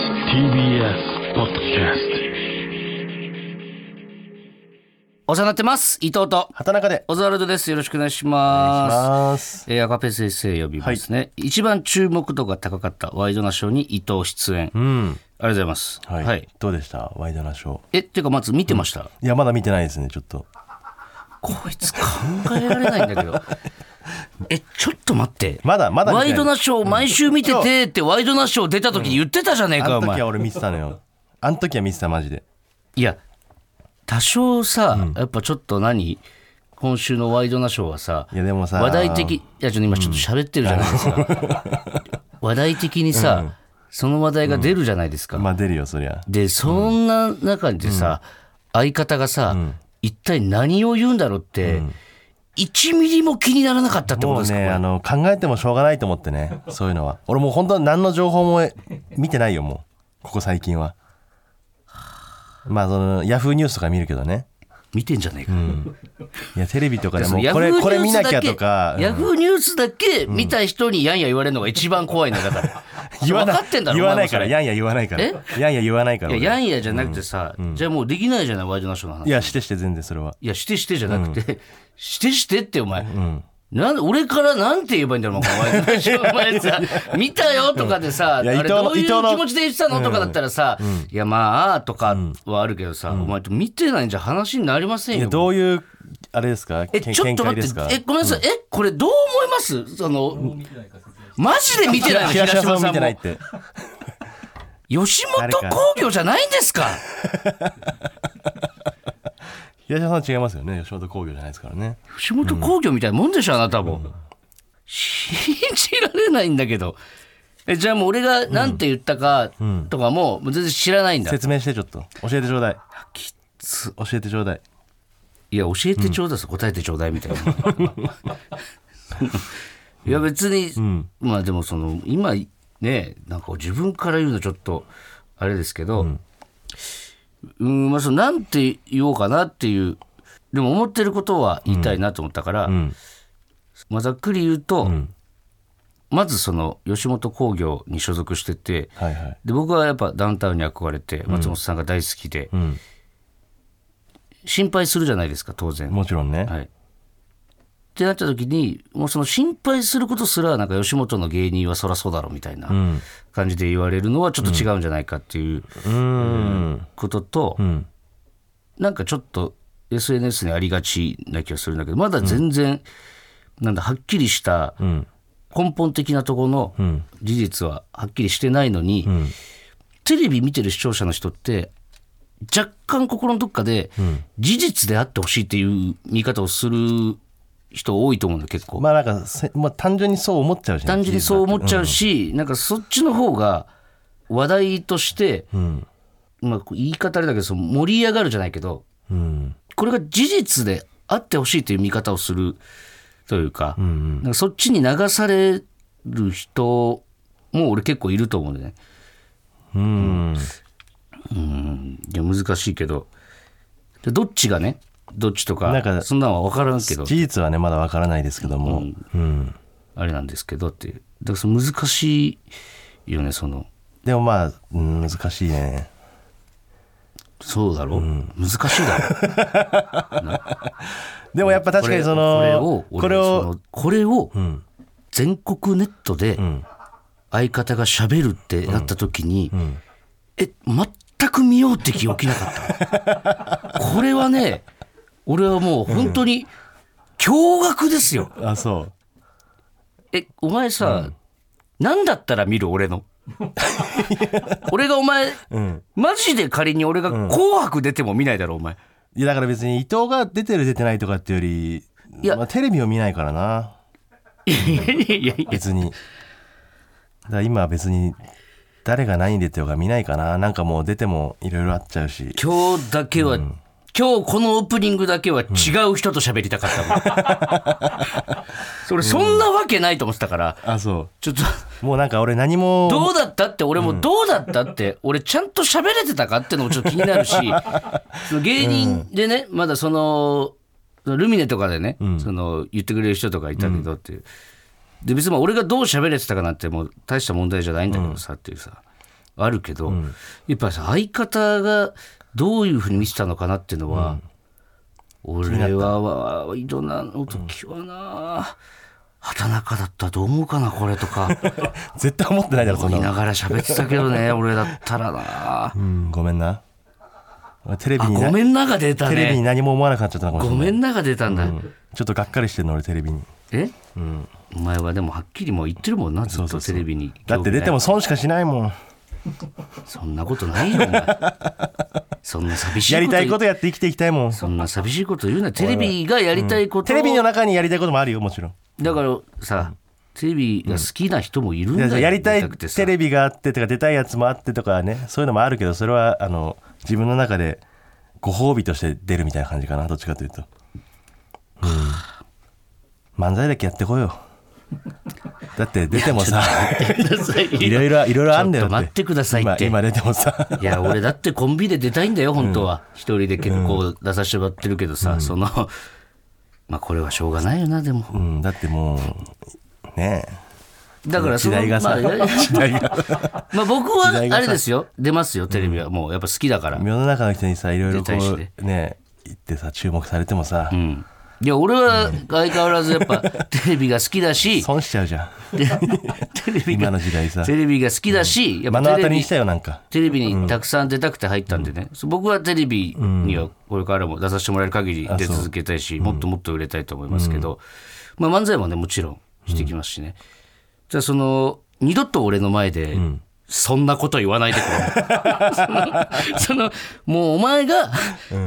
TBS ポッドキャスお世話になってます。伊藤と。畑中でオズワルドです。よろしくお願いします。ますえー、赤ペ先生呼びますね、一番注目度が高かったワイドナショーに伊藤出演。うんありがとうございます。はい、どうでしたワイドナショーえ、っていうか、まず見てました。いやまだ見てないですねちょっとこいつ考えられないんだけ ど。え、ちょっと待って。まだまだ見てワないイドナショー毎週見ててって、ワイドナショー出た時言ってたじゃねえあか、のお前時は。俺見てたのよ あの時は見てたマジでいや、多少さ、やっぱちょっと何今週のワイドナショーはさ、いやでもさ話題的、いや、ちょっと今ちょっと喋ってるじゃないですか。 話題的にさ、その話題が出るじゃないですか。まあ出るよそりゃで、そんな中でさ、相方がさ、一体何を言うんだろうって、1ミリも気にならなかったってこもとうですか、ねこれあの考えてもしょうがないと思って ねそういうのは俺もう本当に何の情報も見てないよもうここ最近はまあそのヤフーニュースとか見るけどね見てんじゃねえか。いやテレビとかでもヤこフーれニュースこれ見なきだゃけとかうんヤフーニュースだけ見た人にやんや言われるのが一番怖いのだから。 言わな分かってんだろ言わなお前いもそかれらやんや言わないからやんや言わないからい俺や、やんやじゃなくてさ、じゃあもうできないじゃない、ワイドナショーの話。いいや、やしてして全然それはしてしてじゃなくて、してしてってお前。なんで俺からなんて言えばいいんだろう、この ワイドナショー。お前さ、見たよとかでさ、あいやれ伊藤のどういう伊気藤の持ちで言ってたのとかだったらさ、いや、まあ、とかはあるけどさ、お前と見てないんじゃ話になりませんいやよ。どういうあれですかえ、けんちょっと見待解でっすてか、え、ごめんなさい、え、これどう思いますその、マジで見てないの、平東島山さんさん見てないっも。て吉本興業じゃないんですか平島さん違いますよね吉本興業じゃないですからね吉本興業みたいなもんでしょ、あなたも、信じられないんだけどえじゃあもう俺が何て言ったかとかも,、もう全然知らないんだ説明してちょっと教えてちょうだい教えてちょうだいいや教えてちょうだい、答えてちょうだいみたいな いや別に、まあでもその今ねなんか自分から言うのちょっとあれですけどうんまあそのなんて言おうかなっていうでも思ってることは言いたいなと思ったから、んまあ、ざっくり言うと、まずその吉本興業に所属してて、はいはいで僕はやっぱダウンタウンに憧れて松本さんが大好きで、ん心配するじゃないですか当然。もちろんね、はい、ってなった時にもうその心配することすらなんか吉本の芸人はそらそうだろうみたいな感じで言われるのはちょっと違うんじゃないかっていううんことと、なんかちょっと SNS にありがちな気がするんだけどまだ全然、なんだはっきりした根本的なところの事実ははっきりしてないのに、テレビ見てる視聴者の人って若干心のどっかで事実であってほしいっていう見方をする人多いと思うの結構、まあなんかせ、まあ、単純にそう思っちゃうじゃん単純にそう思っちゃうし、なんかそっちの方が話題として、まあ、言い方あれだけどその盛り上がるじゃないけどうんこれが事実であってほしいという見方をするというか,、なんかそっちに流される人も俺結構いると思うんだよね。うんうんいや難しいけどでどっちがねどっちとかなんかそんなんは分からんけど事実はねまだわからないですけども、うんあれなんですけどっていうだからその難しいよねそのでもまあ、うん難しいねそうだろ、う難しいだろでもやっぱ確かにそのこれを俺これそをのこれを全国ネットで相方が喋るってなった時に、え全く見ようって気起きなかった これはね俺はもう本当に驚愕ですよあそうえお前さ、何だったら見る俺 の俺がお前、マジで仮に俺が「紅白」出ても見ないだろお前いやだから別に伊藤が出てる出てないとかっていうよりいやまあ、テレビを見ないからないやいやいや別にだから今は別に誰が何に出てようが見ないかななんかもう出てもいろいろあっちゃうし今日だけは、今日このオープニングだけは違う人と喋りたかったもん、 それそんなわけないと思ってたから、あそちょっとうもうなんか俺何もどうだったって俺もどうだったって、俺ちゃんと喋れてたかってのもちょっと気になる しその芸人でねまだそのルミネとかでね、その言ってくれる人とかいたけどって、で別にまあ俺がどう喋れてたかなんてもう大した問題じゃないんだけどさっていうさ、あるけど、やっぱりさ相方がどういうふうに見てたのかなっていうのは、俺はワイドナの時はな、畑中だったらどう思うかなこれと か絶対思ってないだろそん思ないのながら喋ってたけど ね俺だったらな。うんごめんな俺テレビあになごめんなが出たテレビにね。何も思わなくなっちゃったのかもしごれないめんなが出たんだ。うんちょっとがっかりしてるの俺テレビにえ、お前はでもはっきりもう言ってるもんなずっとテレビにだって出ても興損しかしないも味んないそんなことないよお前 そんな寂しいやことりたいこととやって生きていきたいもんそんな寂しいこと言うなテレビがやりたいこと、テレビの中にやりたいこともあるよもちろんだからさテレビが好きな人もいるんいだやよ、やりたいくてさテレビがあってとか出たいやつもあってとかねそういうのもあるけどそれはあの自分の中でご褒美として出るみたいな感じかなどっちかというと、うん、漫才だけやってこいよだって出てもさ いろいろいろいろあんだちよょっと待ってくださいって今今出てもさいや俺だってコンビで出たいんだよ本当は一、人で結構出させてもらってるけどさ、そのまあこれはしょうがないよなでも、うんだってもうねだからえその時代がまさ、あや時代がまあ僕は時代があされですよ出ますよテレビはもうやっぱ好きだから、世の中の人にさいろいろこ出たいしうね言ってさ注目されてもさ、うんいや俺は相変わらずやっ ぱテレビが好きだし損しちゃうじゃんでテレビ今がの時代さテレビが好きだし、や目っぱの当テレたりにビしたよなんかテレビにたくさん出たくて入ったんでね、そう僕はテレビにはこれからも出させてもらえる限り出続けたいし、もっともっと売れたいと思いますけど、まあ、漫才もねもちろんしてきますしね、じゃあその二度と俺の前で、そんなこと言わないでく れそのもうお前が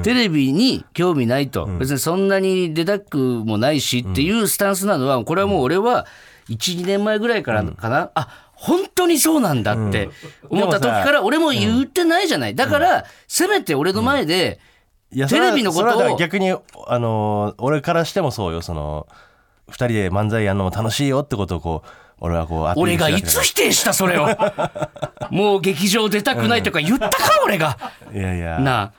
テレビに興味ないと、別にそんなに出たくもないしっていうスタンスなのはこれはもう俺は12年前ぐらいからかな、あ本当にそうなんだって思った時から俺も言ってないじゃない、だからせめて俺の前で、いやテレビのことをそれはそれはだから逆にあの俺からしてもそうよその2人で漫才やるのも楽しいよってことをこう俺はこうアピール俺しながきゃいけなつ否定したそれ をもう劇場出たくないとか言ったか俺が、いやいやなあ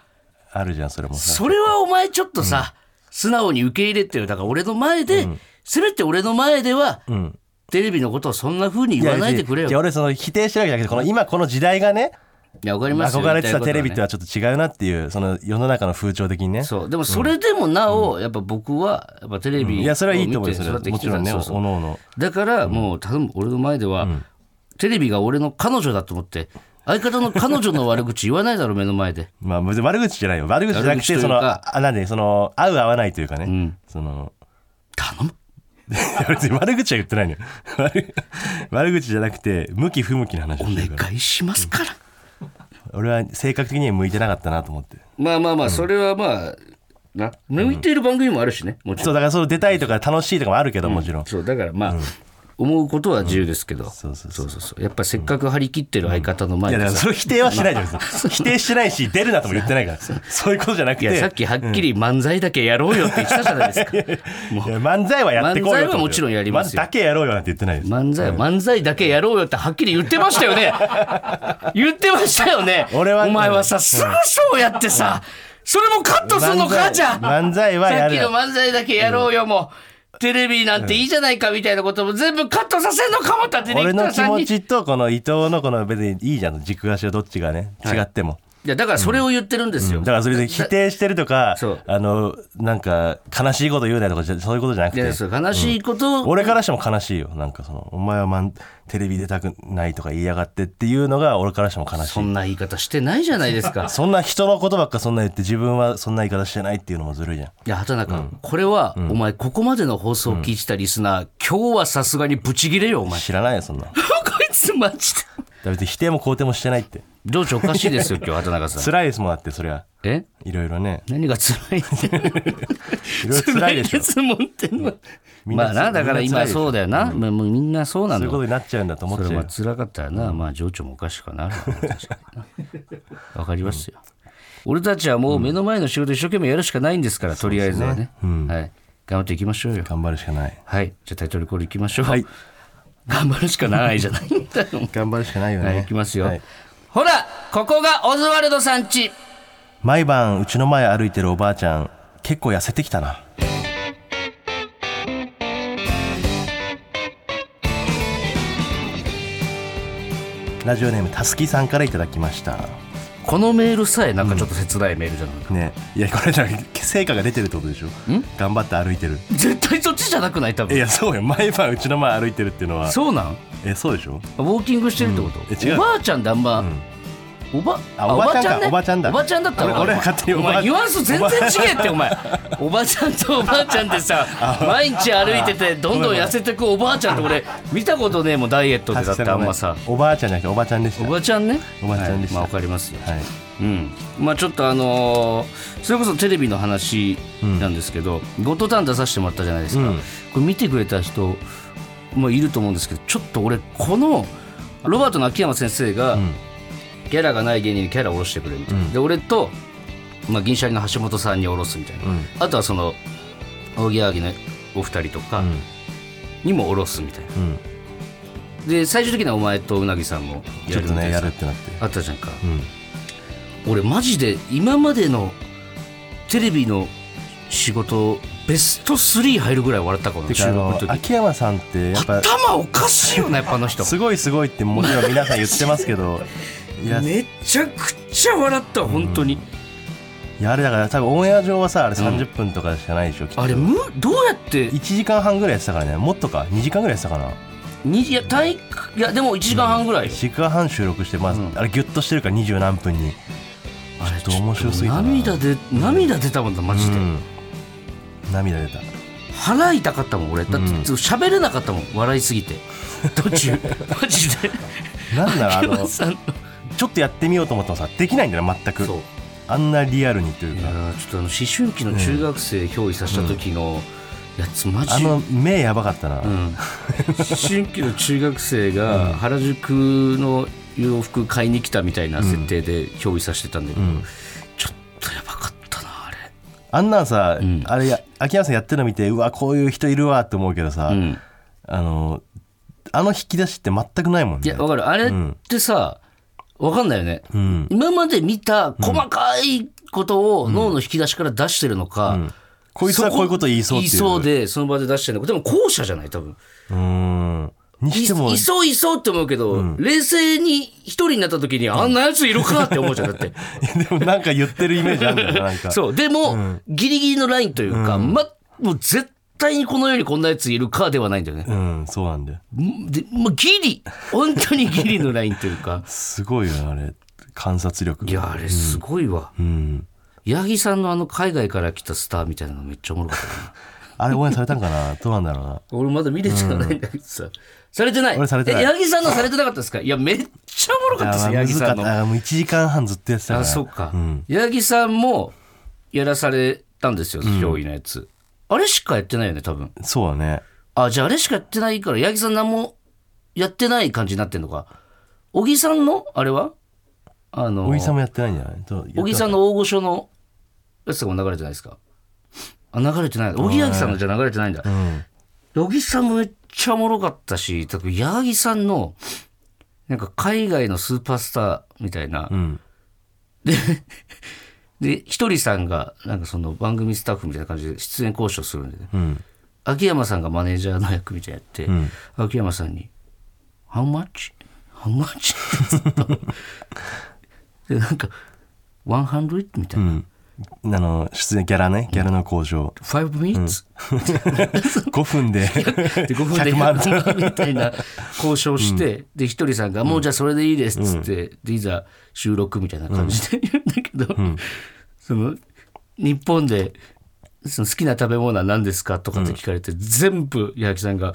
あるじゃんそれもさそれはお前ちょっとさ、素直に受け入れてよ。だから俺の前で、せめて俺の前では、んテレビのことをそんな風に言わないでくれよ。いや俺その否定してるわけじゃなくてこの今この時代がねいや、わかりますよ。憧れてたテレビ言といいはちょっと違うなっていうその世の中の風潮的にねことはねそう。でもそれでもなお、やっぱ僕は、やっぱテレビを見て、いやそれはいいと思うよそれ育はってもきてちたろんねそおうそうおのおのだからもう、頼む、俺の前では、テレビが俺の彼女だと思って、相方の彼女の悪口言わないだろ、目の前で。まあ別に悪口じゃないよ悪口じゃな悪く口といてうそのかあなんでその合う合わないというかね、その頼む。いや 別に悪口は言ってないのよ 悪悪口じゃなくて向き不向きの話をおしてるから願いしますから。俺は性格的には向いてなかったなと思ってまあまあまあ、それはまあ、な、向いている番組もあるしね、もちろんそうだからその出たいとか楽しいとかもあるけどもちろん、そうだからまあ、思うことは自由ですけど、そうそうそうそうそうやっぱりせっかく張り切ってる相方のい前やだでからさ、それ否定はしないじゃん別に 否定してないし出るなとも言ってないからそういうことじゃなくていやさっきはっきり漫才だけやろうよって言ってたじゃないですか いや漫才はやってこうよ漫才はもちろんやりますよだけやろうよなんて言ってないです漫才は漫才だけやろうよってはっきり言ってましたよ ね言ってましたよね俺はお前はさすぐそうやってさ、それもカットすんのかじゃん漫才はさやっきるの漫才だけやろうよも、テレビなんていいじゃないかみたいなことも全部カットさせんのかもってディレ俺クタのー気さん持にちとこの伊藤のこの別にいいじゃん軸足はどっちがね違っても、いやだからそれを言ってるんですよ、だからそれで否定してるとかそうあのなんか悲しいこと言うなとかじゃそういうことじゃなくいやてそう悲しいことを、俺からしても悲しいよなんかそのお前はまんテレビ出たくないとか言いやがってっていうのが俺からしても悲しそいんな言い方してないじゃないですか。 そんな人のことばっかそんな言って自分はそんな言い方してないっていうのもずるいじゃんいや、畑中、これは、お前、ここまでの放送を聞いてたリスナー、今日はさすがにブチギレよ、お前。こ知らないよそんなだかいつマジで。ら別に否定も肯定もしてないって どうしようおかしいですよ、今日、畑中さん。辛いですもんだってそりゃえいろいろね何が辛いって。いろいろ辛いでしょ質問ってのは。みんなまあな、だからみんな今辛いでしょそうだよな。まあもうみんなそうなそうのいうことになっちゃうんだと思っそちゃうれよは辛かったらな、まあ情緒もおかしくは なるわ確かになわかりますよ、俺たちはもう目の前の仕事一生懸命やるしかないんですから、とりあえずはねはい、頑張っていきましょうよ頑張るしかないはいじゃあタイトルコールいきましょう、はい頑張るしかないじゃないんだよ頑張るしかないよね、はいいきますよ、はいほらここがオズワルドさんち毎晩うちの前歩いてるおばあちゃん結構痩せてきたなラジオネームたすきさんからいただきましたこのメールさえなんかちょっと切ないメールじゃない、ねいやこれじゃ成果が出てるってことでしょ頑張って歩いてる絶対そっちじゃなくない多い分やそうよ毎晩うちの前歩いてるっていうのはそうなんえそうでしょウォーキングしてるってこと、うんえ違うおばあちゃんってあんま、おばあおばあちゃんかおばあちゃんだおばあちゃんだったわ俺俺は勝手におばあお前ニュアンス全然違えってお前 おばあちゃんとおばあちゃんでさ毎日歩いててどんどん痩せてくおばあちゃんって俺見たことねえもんダイエットでだってあんまさおばあちゃんじゃなくておばあちゃんでしたおばあちゃんねおばあちゃんではいしたまあわかりますよ、はいうんまあちょっとあのーそれこそテレビの話なんですけど「ゴッドタン」出させてもらったじゃないですか、うんこれ見てくれた人もいると思うんですけどちょっと俺このロバートの秋山先生が、んキャラがない芸人にキャラを下ろしてくれみたいな、で俺と、まあ、銀シャリの橋本さんに下ろすみたいな、うんあとはそのおぎやはぎのお二人とかうんにも下ろすみたいな、うんで最終的にはお前とうなぎさんもちやるみょっとたねいなやるってなってあったじゃんか、うん俺マジで今までのテレビの仕事ベスト3入るぐらい笑ったかもてか収あ録のの時秋山さんってやっぱ頭おかしいよねやっぱあの人すごいすごいってもちろん皆さん言ってますけ どいや,、めちゃくちゃ笑った本当に、いやあれだから多分オンエア上はさあれ30分とかしかないでしょ、きっとあれむどうやって1時間半ぐらいやってたからねもっとか2時間ぐらいやってたかなにいや体育いやでも1時間半ぐらいよ、 1時間半収録して、まあうんあれギュッとしてるから20何分にあれちょっと面白すぎたな涙で涙出たもんだマジで、うん涙出た腹痛かったもん俺だってうん喋れなかったもん笑いすぎて途中 マジでなんならあ秋の山さんちょっとやってみようと思ってもさできないんだよ全くそうあんなリアルにといういかやーちょっとあの思春期の中学生憑依させた時のやつマあジ、うんの目やばかったな、思春期の中学生が原宿の洋服買いに来たみたいな設定で憑依させてたんだけど、うんちょっとやばかったなあれ、あんなんさ、んあれや秋山さんやってるの見てうわこういう人いるわって思うけどさ、うん、あのあの引き出しって全くないもんいねやわかるあれってさ、わかんないよね、うん今まで見た細かいことを脳の引き出しから出してるのか、こいつはこういうこと言いそうっていう言いそうでその場で出してるのかでも後者じゃない多分うーんにいしてもいそういそうって思うけど、冷静に一人になった時にあんなやついるかって思うじゃんだってでもなんか言ってるイメージある んだよななんかそうでも、ギリギリのラインというか、ま、もう絶対にこの世にこんなやついるかではないんだよね、うんそうなんだよでもうギリ本当にギリのラインというか すごいよなあれ観察力いやあれすごいわ、うん八木さんのあの海外から来たスターみたいなのめっちゃおもろかったなあれ応援されたんかなどうなんだろうな俺まだ見れてないんだけどさ、されてない俺されてないえ八木さんのされてなかったですかいやめっちゃおもろかったですあよまあ八木さんの難かったあもう1時間半ずっとやってたからあそうか、ん八木さんもやらされたんですよ憑依のやつ、あれしかやってないよね多分そうだねあじゃああれしかやってないから八木さん何もやってない感じになってんのか小木さんのあれはあの小木さんもやってないんじゃないどう小木さんやっの大御所のやつとかも流れてないですかあ流れてない小木八木さんのじゃ流れてないんだてうん小木さんもめっちゃおもろかったし特に八木さんのなんか海外のスーパースターみたいな、うんでひとりさんがなんかその番組スタッフみたいな感じで出演交渉するんでねうん秋山さんがマネージャーの役みたいなやって、ん秋山さんに「How much? How much?」ってずっとでなんか「100? みたいうな。んあの出演ギャラねギャラの向上5 minutes?、 5分 でで5分で100万100万みたいな交渉して、でひとりさんが「もうじゃあそれでいいです」っつって、でいざ収録みたいな感じで言うんだけど、その日本でその好きな食べ物は何ですかとかって聞かれて、全部矢作さんが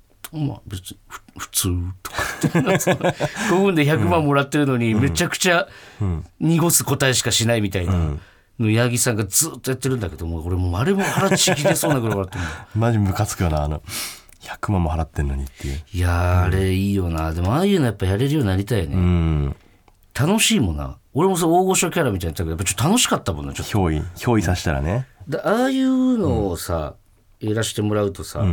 「まあ別にふ普通」とかって5分で100万もらってるのに、めちゃくちゃ濁す答えしかしないみたいな。の八木さんがずっとやってるんだけどもう俺もうあれも腹ちぎれそうなぐらい笑ってるマジムカつくよなあの100万も払ってんのにっていういやーあれいいよなでもああいうのやっぱやれるようになりたいよね、うん楽しいもんな俺もそう大御所キャラみたいなやつだけどやっぱちょっと楽しかったもんなちょっ憑依憑依させたらねとだああいうのをさ、やらしてもらうとさ、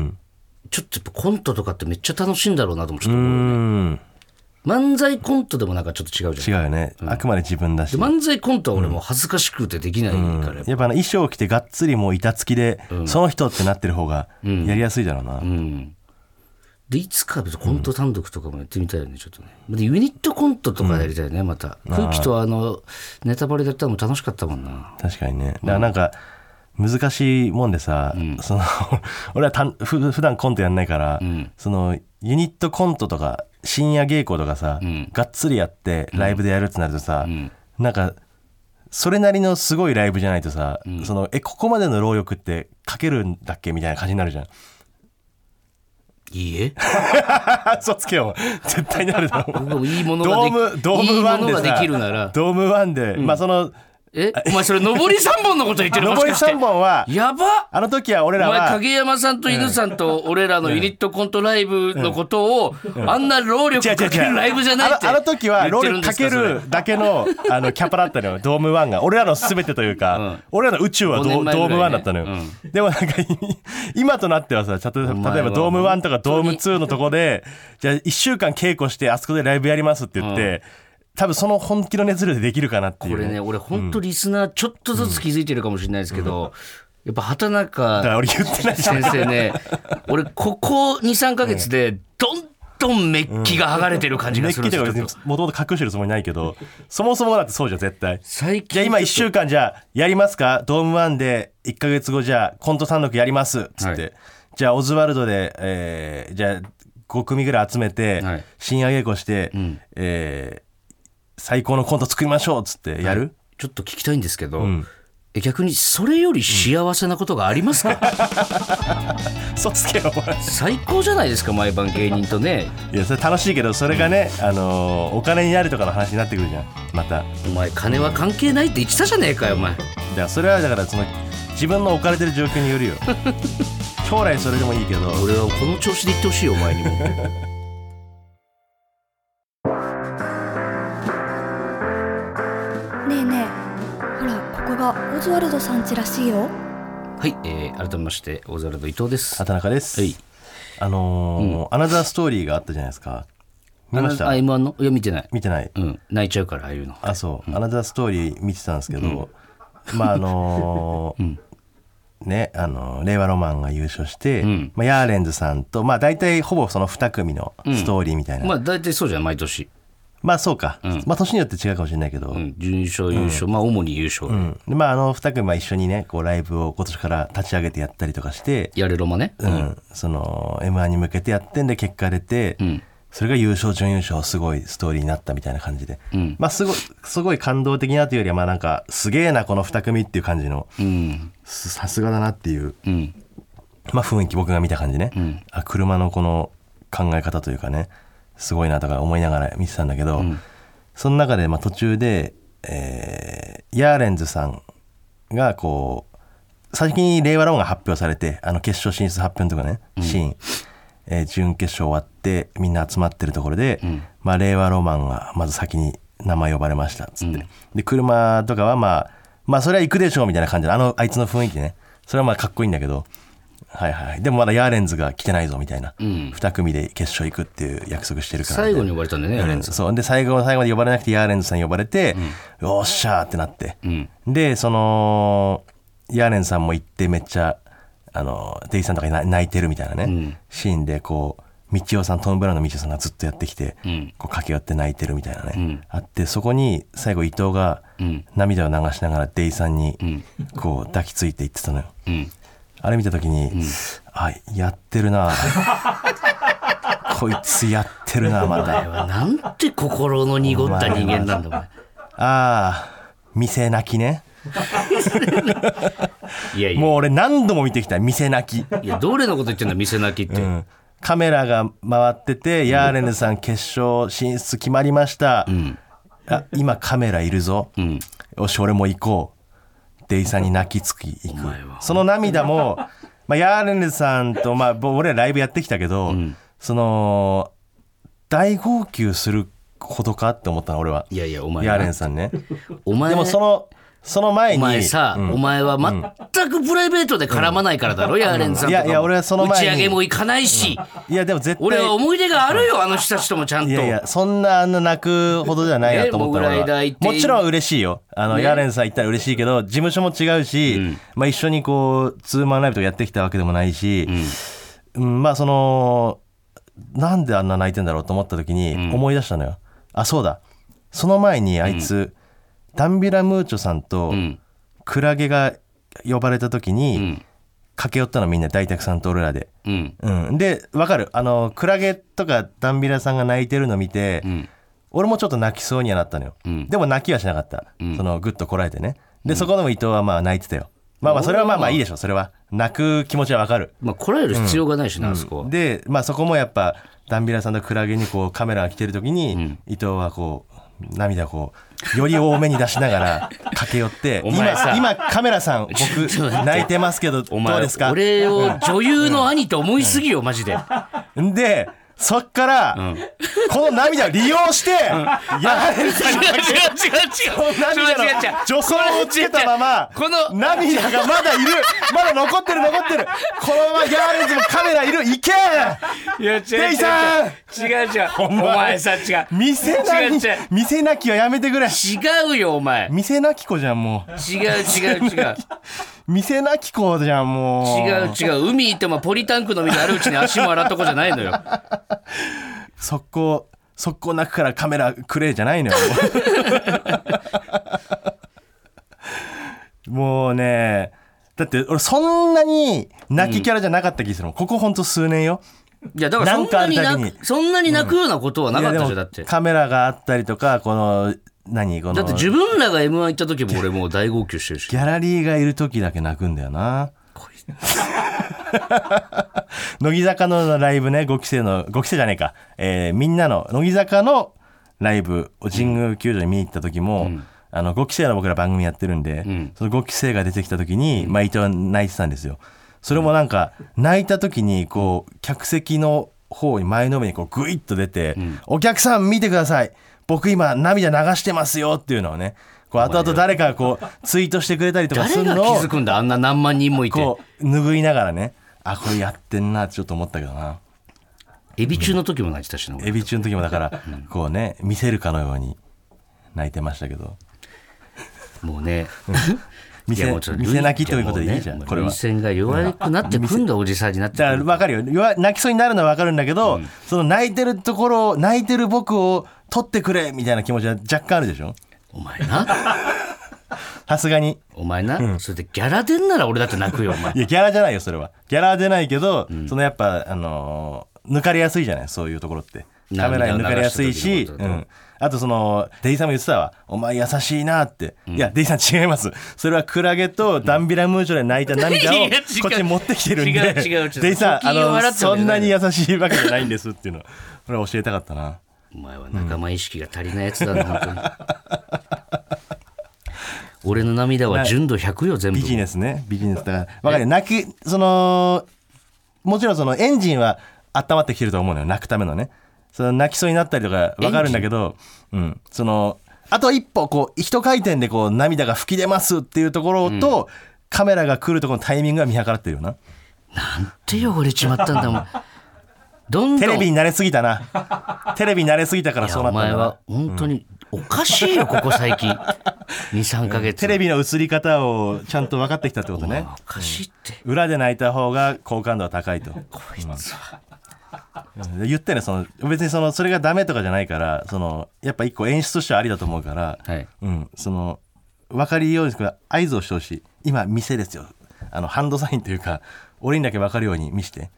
ちょっとやっぱコントとかってめっちゃ楽しいんだろうなと思うちょっとうん漫才コントでもなんかちょっと違うじゃん違うよねあくまで自分だしで漫才コントは俺もう恥ずかしくてできないから、やっぱあの衣装着てがっつりもう板付きで、その人ってなってる方がやりやすいだろうな、うんでいつか別にコント単独とかもやってみたいよね、ちょっとねでユニットコントとかやりたいね、また空気とあのネタバレだったのも楽しかったもんな確かにねだからなんか難しいもんでさ、その 俺はたんふ普段コントやんないから、そのユニットコントとか深夜稽古とかさ、がっつりやってライブでやるってなるとさ、なんかそれなりのすごいライブじゃないとさ、そのえここまでの労力ってかけるんだっけみたいな感じになるじゃん いいえあ嘘つけよ絶対なるだろ僕もいいものドがでームドきいーいムもワンのでがさできるならドームワンで、まあそのえお前そ れ上り3本のこと言ってる上もしりかして3本はやばあの時は俺おら前は影山さんと犬さんと俺らのユニットコントライブのことをあんな労力違う違かうけ違るうライブじゃないってあのあの時は言ロっーてんルでかすけそれるだ けのあのキャパだったのよドームワンが俺らの全てというか、俺らの宇宙はド,、五年前ぐらいドねームワンだったのよ、でもなんか 今となってはさ例えお前ばは例えばドームワンとかドームツーのとこでじゃあ1週間稽古してあそこでライブやりますって言って、多分その本気の熱量でできるかなっていうこれね俺本当リスナーちょっとずつ気づいてるかもしれないですけど、やっぱ畑だか中ら俺言ってないじゃん先 生ね俺ここ23か月でどんどんメッキが剥がれてる感じメがッするキんですとよ、か別にもともと隠してるつもりないけどそもそもだってそうじゃん絶対最近じゃあ今1週間じゃあやりますかドームワンで1か月後じゃあコント単独やりますつって、はいじゃあオズワルドで、えーじゃあ5組ぐらい集めて、はい深夜稽古して、えー最高のコント作りましょうっつってやる、ちょっと聞きたいんですけど、え逆にそれより幸せなことがあります か、そつけよお前最高じゃないですか毎晩芸人とねいやそれ楽しいけどそれがね、あのーお金になるとかの話になってくるじゃんまただかお前金は関係ないって言ってたじゃねえかよお前らそれはだからその自分の置かれてる状況によるよ 将来それでもいいけど俺はこの調子で言ってほしいよお前にも ねえねえほらここがオズワルドさん家らしいよはい、えー、改めまして大空の伊藤です畑中です、はいあのーアナザーストーリーがあったじゃないですか見ましあたのあ M1 のいや見てない見てないうん泣いちゃうからああいうのあそう、アナザーストーリー見てたんですけど、まあ あのーねあのー令和ロマンが優勝して、んまあ、ヤーレンズさんとまあ大体ほぼその2組のストーリーみたいな、ままあ、あ大体そうじゃん毎年、そうか、まあ年によって違うかもしれないけど、うん、準優勝優勝、まあ主に優勝、うんでまああの2組は一緒にねこうライブを今年から立ち上げてやったりとかして、やれロマね、うん、その m 1に向けてやってんで結果出て、それが優勝準優勝すごいストーリーになったみたいな感じで、まあすごいすごい感動的なというよりはまあなんかすげえなこの2組っていう感じの、すさすがだなっていう、まあ、雰囲気僕が見た感じね、あ車のこの考え方というかねすごいなとか思いながら見てたんだけど、その中でまあ途中で、えーヤーレンズさんがこう最近に令和ロマンが発表されてあの決勝進出発表のとかね、シーン、えー準決勝終わってみんな集まってるところで、まあ、令和ロマンがまず先に名前呼ばれましたっつって、で車とかはまあまあそれは行くでしょうみたいな感じであのあいつの雰囲気ねそれはまあかっこいいんだけどはいはいでもまだヤーレンズが来てないぞみたいな、2組で決勝行くっていう約束してるからみた最いな後に呼ばれたんだよね、ヤーレンズそうで最後の最後まで呼ばれなくてヤーレンズさん呼ばれて、よっしゃーってなって、でそのヤーレンズさんも行ってめっちゃあのデイさんとかに泣泣いてるみたいなね、シーンでこう道夫さんトム・ブラウンの道夫さんがずっとやってきて、こう駆け寄って泣いてるみたいなね、あってそこに最後伊藤が涙を流しながらデイさんにこう抱きついていってたのよ。あれ見た時に、あやってるな こいつやってるなまおだ前はなんて心の濁った人間なんだお前ああ、店泣きね。いやいやもう俺何度も見てきた、店泣き。いやどれのこと言ってんだ店泣きって、うんカメラが回ってて、ヤーレンズさん決勝進出決まりました。あ今カメラいるぞ。よし、俺も行こう。デイさんに泣きつき行前はく。その涙も、まあ、ヤーレンズさんと、まあ、ぼ俺らライブやってきたけど、その、大号泣するほどかって思ったの、俺は。いやいやお前ヤーレンはズさんね。お前でもその、その前おに。前さ、お前は全くプライベートで絡まないからだろ、ヤーレンズさんとかもいやいや俺はその前に打ち上げも行かないし、いや、でも絶対。俺は思い出があるよあの人たちともちゃんといやいや、そんなあんな泣くほどじゃないなと思ったのねモグラはイダー行ってもちろん嬉しいよ。あの、ねヤーレンさん行ったら嬉しいけど、事務所も違うし、まあ一緒にこう、ツーマンライブとかやってきたわけでもないし、うんまあその、なんであんな泣いてんだろうと思った時に思い出したのよ、あそうだその前にあいつ、ダンビラムーチョさんとんクラゲが呼ばれた時に、ん駆け寄ったのみんな大沢さんと俺らで、うんうん、でわかるあのクラゲとかダンビラさんが泣いてるの見て、ん俺もちょっと泣きそうにはなったのよ、んでも泣きはしなかった、そのグッとこらえてねで、そこでも伊藤はまあ泣いてたよまあまあそれはまあまあいいでしょそれは泣く気持ちはわかるまあこらえる必要がないしな、あそこはで、まあ、そこもやっぱダンビラさんとクラゲにこうカメラが来てる時に、伊藤はこう涙をこうより多めに出しながら 駆け寄って お前さ今今カメ ラさん僕泣いてますけどどおう前ですか俺を女優の兄と思いすぎよマジででそっから、この涙を利用して、やられ違う違う違う違う違う違うた涙の助走をつけたままこの涙がまだいるまだ残ってる残ってるこのままヤーレンズもカメラいるいけいや違う違うデイさん違う違うお前さ違う見せな違う違うき見せなきはやめてくれ違うよお前見せなき子じゃんも違う違う違うう見せなき子じゃんもう違う違う海行ってもポリタンクの水あるうちに足も洗っとこじゃないのよ速攻速攻泣くからカメラくれじゃないのよ もうもうねだって俺そんなに泣きキャラじゃなかった気するもん、ここほんと数年よいやだからそんなになんかある泣たびくそんなに泣くようなことはなかっいやたでじゃんもだってカメラがあったりとかこの何このだって自分らが m 1行った時も俺もう大号泣してるしギャラリーがいる時だけ泣くんだよな。乃木坂のライブね、5期生の、5期生じゃねえか、えーみんなの、乃木坂のライブを神宮球場に見に行った時も、あの5期生の僕ら番組やってるんで、その5期生が出てきた時に、まあ、伊藤は泣いてたんですよ。それもなんか、泣いた時に、こう、客席の方に前のめりにこうグイッと出て、お客さん見てください僕今涙流してますよっていうのをね、こう後々誰かがこうツイートしてくれたりとかす誰るが気のをづくんだあんな何万人もいてこう拭いながらねあこれやってんなってちょっと思ったけどなエビ中の時も泣いてたしな俺エビ中の時もだからこうね見せるかのように泣いてましたけどもうね見いせやもうちょっ見せ泣きということでいいじゃもんうねこれは涙腺が弱くなってくんだおじさんになってくだからる分かるよ弱泣きそうになるのは分かるんだけど、その泣いてるところを泣いてる僕を取ってくれみたいな気持ちは若干あるでしょお前なさすがにお前な、それでギャラ出んなら俺だって泣くよお前いやギャラじゃないよそれはギャラじゃないけど、そのやっぱあのー抜かれやすいじゃないそういうところってカメラに抜かれやすいし、涙を流した時のことうだとん、あとそのデイさんも言ってたわ「お前優しいな」って、いやデイさん違いますそれはクラゲとダンビラムーチョで泣いた 涙いやを違うこっちに持ってきてるんで違う違う違うデイさんあ先を笑のってるわそけじんゃなないに優しいわけじゃないんですっていうのこれは教えたかったなお前は仲間意識が足りないやつだな、本当に。俺の涙は純度100よ、全部。ビジネスねビジネスだから分かるよ泣きそのもちろんそのエンジンは温まってきてると思うのよ泣くためのねその泣きそうになったりとか分かるんだけど、うん、そのあと一歩こう一回転でこう涙が吹き出ますっていうところと、カメラが来るところのタイミングが見計らってるよな手汚れちまったんだもん。どんどん。テレビに慣れすぎた なテレビに慣れすぎたからいそやおうなったん前だなは本当におかしいよ、ここ最近。2、3ヶ月。テレビの映り方をちゃんと分かってきたってことお前ねはおかしいって。裏で泣いた方が好感度は高いとこいつ言ったよねその別にそのそれがダメとかじゃないからそのやっぱ一個演出としてはありだと思うから、はいうん、その分かりように合図をしてほしい今店ですよあのハンドサインというか俺にだけ分かるように見して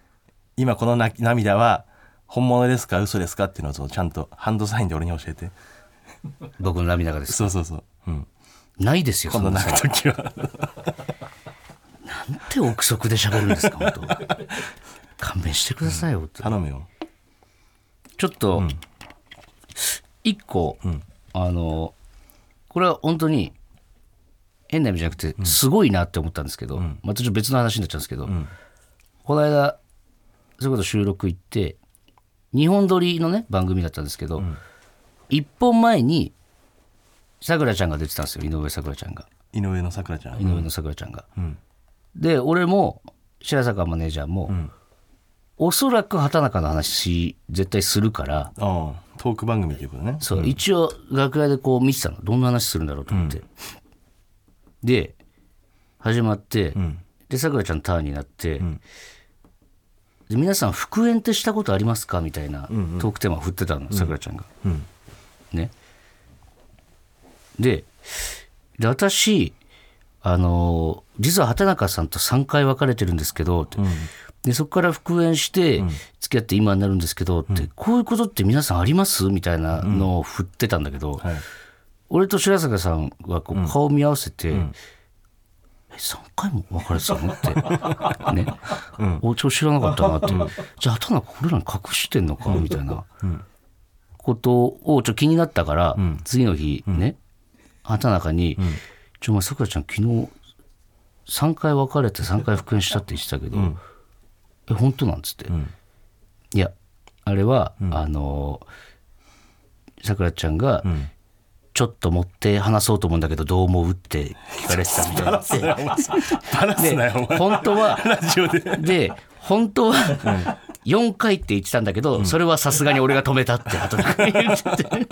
今このな涙は本物ですか嘘ですかっていうのをちゃんとハンドサインで俺に教えて僕の涙がです。そうそうそう、うん、ないですよ、そ今ん度な泣く時は手憶測で喋るんですか、本当。勘弁してくださいよ、本当頼むよちょっと、一個、あの、これは本当に、変な意味じゃなくて、すごいなって思ったんですけど、またちょっと別の話になっちゃうんですけど、この間、それこそ収録行って、日本撮りのね、番組だったんですけど、一本前に、さくらちゃんが出てたんですよ、井上さくらちゃんが。井上のさくらちゃん、井上のさくらちゃんが。うんで、俺も、白坂マネージャーも、おそらく畑中の話、絶対するから、ああトーク番組ということねそう、一応楽屋でこう見てたのどんな話するんだろうと思って、で始まって、でさくらちゃんのターンになって、で皆さん復縁ってしたことありますかみたいなトークテーマを振ってたのさくらちゃんが、うんねでで私あの実は畑中さんと3回別れてるんですけどって、でそこから復縁して付き合って今になるんですけどって、こういうことって皆さんありますみたいなのを振ってたんだけど、はい俺と白坂さんはこう顔見合わせて、え3回も別れてたの って、ねおちょ知らなかったなって、じゃあ畑中俺らに隠してんのかみたいなことをちょっと気になったから、次の日ね、畑中に「ちょお前さくらちゃん昨日3回別れて3回復縁したって言ってたけど、え本当なん?」つって、いやあれは、あのさくらちゃんが、ちょっと持って話そうと思うんだけどどう思うって聞かれてたみたい な。バラすなよ、でお前。本当は ラジオで。で本当は4回って言ってたんだけど、それはさすがに俺が止めたって後で言ってて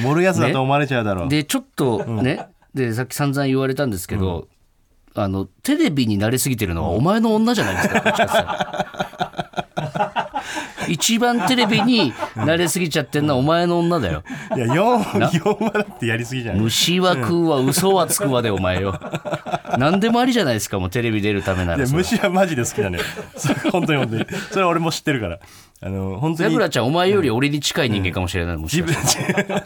盛るやつだと思われちゃうだろう。でちょっとね、でさっき散々言われたんですけど、あのテレビに慣れすぎてるのはお前の女じゃないですか、どっちかって言 ったら一番テレビに慣れすぎちゃってんのはお前の女だよいや、4、4はだってやりすぎじゃない虫は食うわ嘘はつくわでお前よ何でもありじゃないですかもうテレビ出るためないらやそれ虫はマジで好きなのよ。それ本当に本当に。それは俺も知ってるから。あの、本当ゼにブラちゃんお前より俺に近い人間かもしれない、もし自かし分、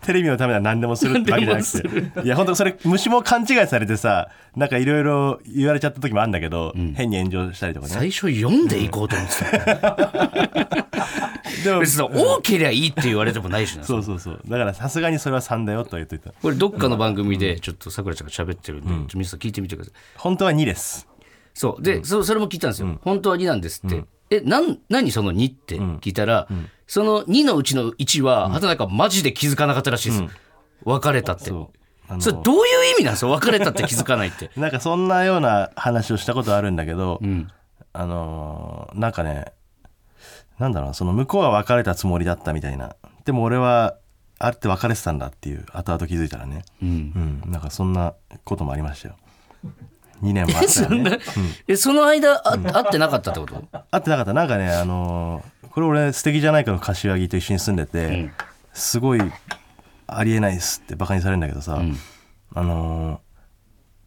テレビのためなら何でもするってわけじゃなくて。いや、本当それ、虫も勘違いされてさ、なんかいろいろ言われちゃった時もあるんだけど、変に炎上したりとかた最ね。初読んでいこうと思ってた、でも別に多けりゃいいって言われてもないしな そうそうそう。だからさすがにそれは3だよとは言っといた。これどっかの番組でちょっとさくらちゃんが喋ってるんで、ちょっと皆さん聞いてみてください本当は2です。そうで、そそれも聞いたんですよ、本当は2なんですって、えなん何その2って聞いたら、その2のうちの1は畑中マジで気づかなかったらしいです、別れたってそあれのどういう意味なんですか別れたって気づかないって なんかそんなような話をしたことあるんだけど、あのーなんかねなんだろうなその向こうは別れたつもりだったみたいなでも俺はあれって別れてたんだっていう後々気づいたらね、うんなんかそんなこともありましたよ2年も あったよねえその間あ会ってなかったってこと会ってなかったなんかねあのーこれ俺「素敵じゃないか」の柏木と一緒に住んでて、すごいありえないっすってバカにされるんだけどさ、あのー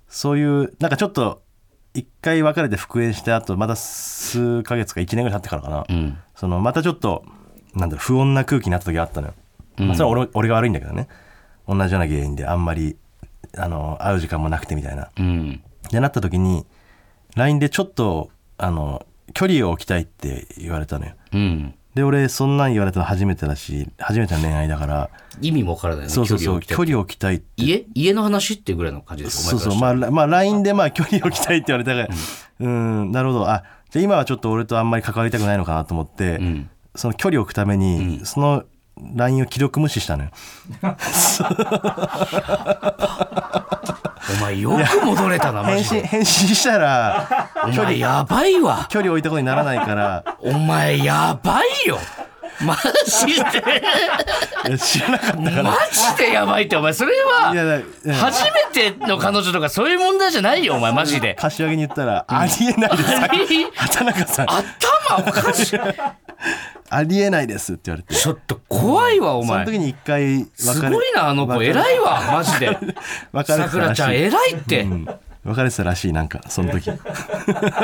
そういうなんかちょっと一回別れて復縁してあとまた数ヶ月か1年ぐらい経ってからかな、んそのまたちょっとなんだろう不穏な空気になった時があったのよ、まあそれは俺俺が悪いんだけどね同じような原因であんまり、あのー会う時間もなくてみたいなうんでなった時に LINE でちょっとあの距離を置きたいって言われたのようんで俺そんなん言われたの初めてだし初めての恋愛だから意味もわからないねそうそうそう距距離を置きたい離を置きたいっ家て家の話っていうぐらいの感じですそうそうまあ、らまあ、LINE でまあ距離を置きたいって言われたからうんなるほどあじゃあ今はちょっと俺とあんまり関わりたくないのかなと思って、んその距離を置くために、その LINE を既読無視したのよお前よく戻れたなマ返ジ信で返信した らお前やばいわ距離置いたことにならない からお前やばいよマジでいや知らなかったからマジでやばいってお前それいやはだうん初めての彼女とかそういう問題じゃないよお前マジで柏木に言ったら、ありえないです。畑中さん、頭おかしいありえないですって言われて。ちょっと怖いわおその前時に一回すごいなあの子偉いわマジで別れさてくたららしちゃんい。偉いって、うん別れてたらしい、なんか、その時。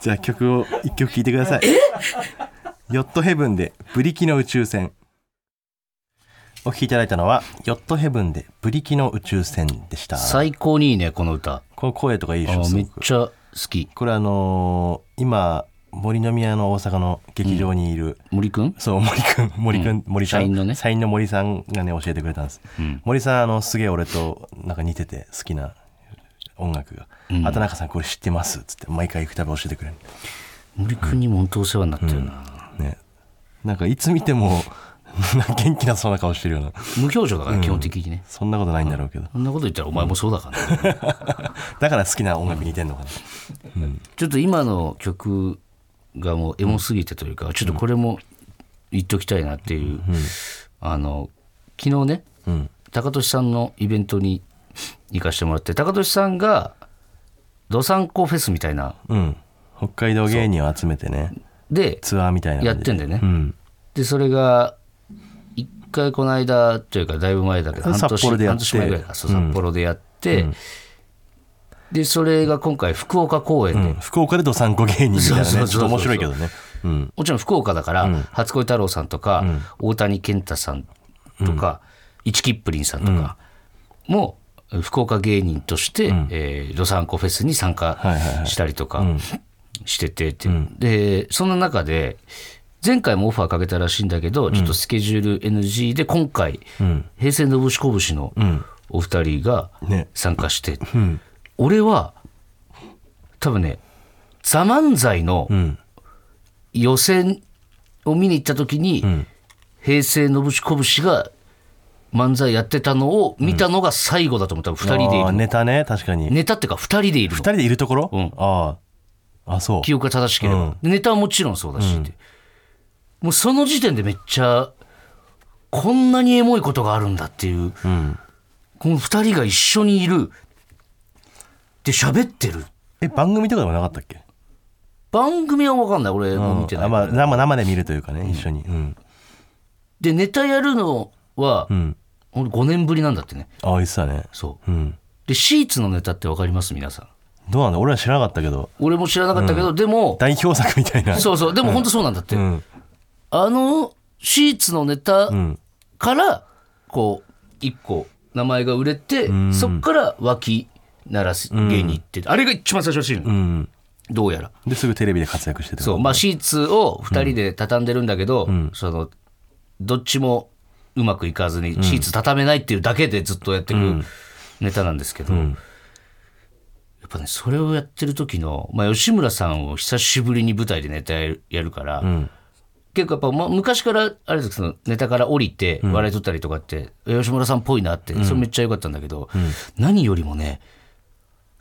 じゃあ曲を一曲聴いてください。ヨットヘブンでブリキの宇宙船。お聴きいただいたのは、ヨットヘブンでブリキの宇宙船でした。最高にいいねこの歌この声とかいいであしょ、すめごっく。ちゃ好きこれあのー今、森の宮の大阪の劇場にいる、森くんそう森くん森くん、森さん社員のね社員の森さんがね教えてくれたんです、森さんあのすげえ俺となんか似てて好きな音楽が「畑中さんこれ知ってます」っつって毎回行くたび教えてくれる、森くんにも本当お世話になってるな、ね、なんかいつ見ても 元気なそうな顔してるような無表情だから、基本的にねそんなことないんだろうけどそんなこと言ったらお前もそうだからね、だから好きな音楽似てんのかな、ちょっと今の曲がもうエモすぎてというかちょっとこれも言っときたいなっていう、あの昨日ねうん高俊さんのイベントに行かしてもらって高俊さんがどさんこフェスみたいなうん北海道芸人を集めてねでツアーみたいなやっ感じでてんだよね、うんでそれが一回この間というかだいぶ前だけど半札幌年でや半って年前ぐらいかそううん札幌でやって、でそれが今回福岡公演で、うん福岡でどさんこ芸人みたいなそうそうねそうそうちょっと面白いけどねうんもちろん福岡だから、初恋太郎さんとか、大谷健太さんとか、一木っぷりんさんとかも、福岡芸人として、えー、ドサンコフェスに参加いはいはいしたりとかしててっていう、でその中で前回もオファーかけたらしいんだけどちょっとスケジュール NG で今回、平成のぶしこぶしのお二人がね参加して、俺は多分ね「ザ漫才の、うん予選を見に行った時に、平成のぶしこぶしが漫才やってたのを見たのが最後だと思った、二2人でいあーる、ネタね確かにネタっていうか2人でいる二の人でいるところんあああそう記憶が正しければ、うんでネタはもちろんそうだし、ってもうその時点でめっちゃこんなにエモいことがあるんだっていう、この2人が一緒にいるで喋ってるえ番組とかでもなかったっけ番組は分かんない俺も見てない、あまあ生生で見るというかね一緒にうんでネタやるのは、ん俺5年ぶりなんだってねああ言ってたねそううんでシーツのネタってわかります皆さんどうなんだ俺ら知らなかったけど俺も知らなかったけど、でも代表作みたいなそうそうでも本当そうなんだって、うんあのシーツのネタんからこう一個名前が売れて、そっから脇鳴らす芸に行って、あれが一番最初らしいの、うんどうやらですぐテレビで活躍しててそうまあシーツを2人で畳んでるんだけど、そのどっちもうまくいかずにシーツ畳めないっていうだけでずっとやってくネタなんですけど、やっぱねそれをやってる時の、まあ、吉村さんを久しぶりに舞台でネタやるやるから、結構やっぱ、まあ、昔からあれですけどネタから降りて笑い取ったりとかって、吉村さんっぽいなってそれめっちゃ良かったんだけど、何よりもね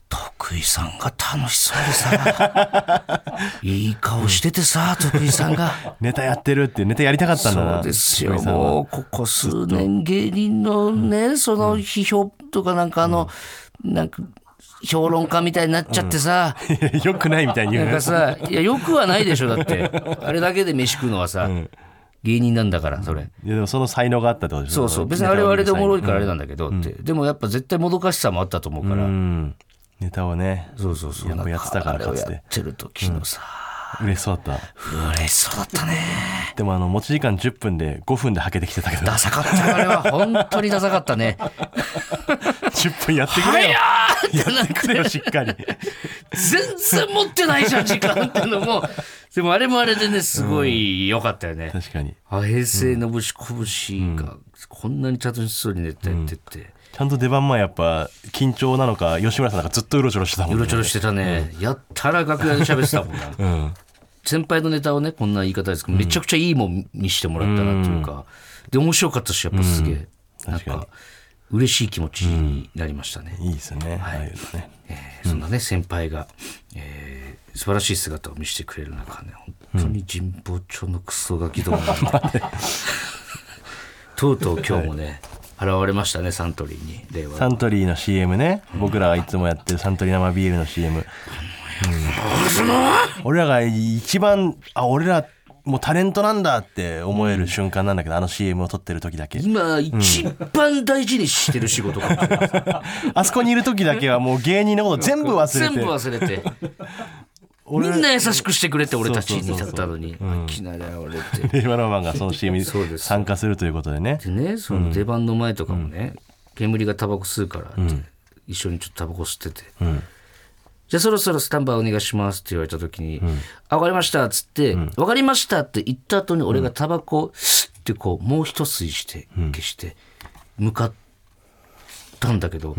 徳井さんが楽しそうでさいい顔しててさ徳井さんがネタやってるってネタやりたかったんだな そうですよ徳井さんは もうここ数年芸人のねその批評とかなんかあの、なんか評論家みたいになっちゃってさ、よくないみたいに言 うなんねかさいやよくはないでしょだって あれだけで飯食うのはさ、芸人なんだからそれ。いやでもその才能があったってことでしそょうそう別にあれはあれでおもろいからあれだなんだけどって、でもやっぱ絶対もどかしさもあったと思うから、うんネタをねそうそうそうやっぱやってたからなんあれをかつてやってる時のさ、嬉しそうだった嬉しそうだったね でもあの持ち時間10分で5分ではけてきてたけどダサかったあれは本当にダサかったね10分やってくれよってなっくれてよしっかり全然持ってないじゃん時間ってのもでもあれもあれでねすごい良かったよね、確かにあ平成のぶしこぶしがこんなに楽しそうにネタやってって、ちゃんと出番前やっぱ緊張なのか吉村さんなんかずっとうろちょろしてたもんうねろちょろしてたね、やったら楽屋で喋ってたもんな、先輩のネタをねこんな言い方ですけどめちゃくちゃいいもん見してもらったなというか、で面白かったしやっぱすげえ、なん確かにか嬉しい気持ちになりましたね、いいですね、ああいうのねえーそんなね先輩が、えー素晴らしい姿を見せてくれる中ね本当に神保町のクソガキどもなんでとうとう今日もね現れましたねサントリーに令和サントリーの CM ね僕らがいつもやってるサントリー生ビールの CM、うん俺らが一番あ俺らもうタレントなんだって思える瞬間なんだけど、あの CM を撮ってる時だけ今一番大事にしてる仕事かもしれないあそこにいる時だけはもう芸人のこと全部忘れて全部忘れてみんな優しくしてくれて俺たちにだったのに飽きなら俺って令和ロマンがその CM にそうです参加するということでねでねその出番の前とかもね、煙がタバコ吸うからって、一緒にちょっとタバコ吸ってて、じゃあそろそろスタンバイお願いしますって言われた時に「あ分かりました」っつって「分かりました」って言った後に俺がタバコをスッてこうもう一吸いして消して向かったんだけど、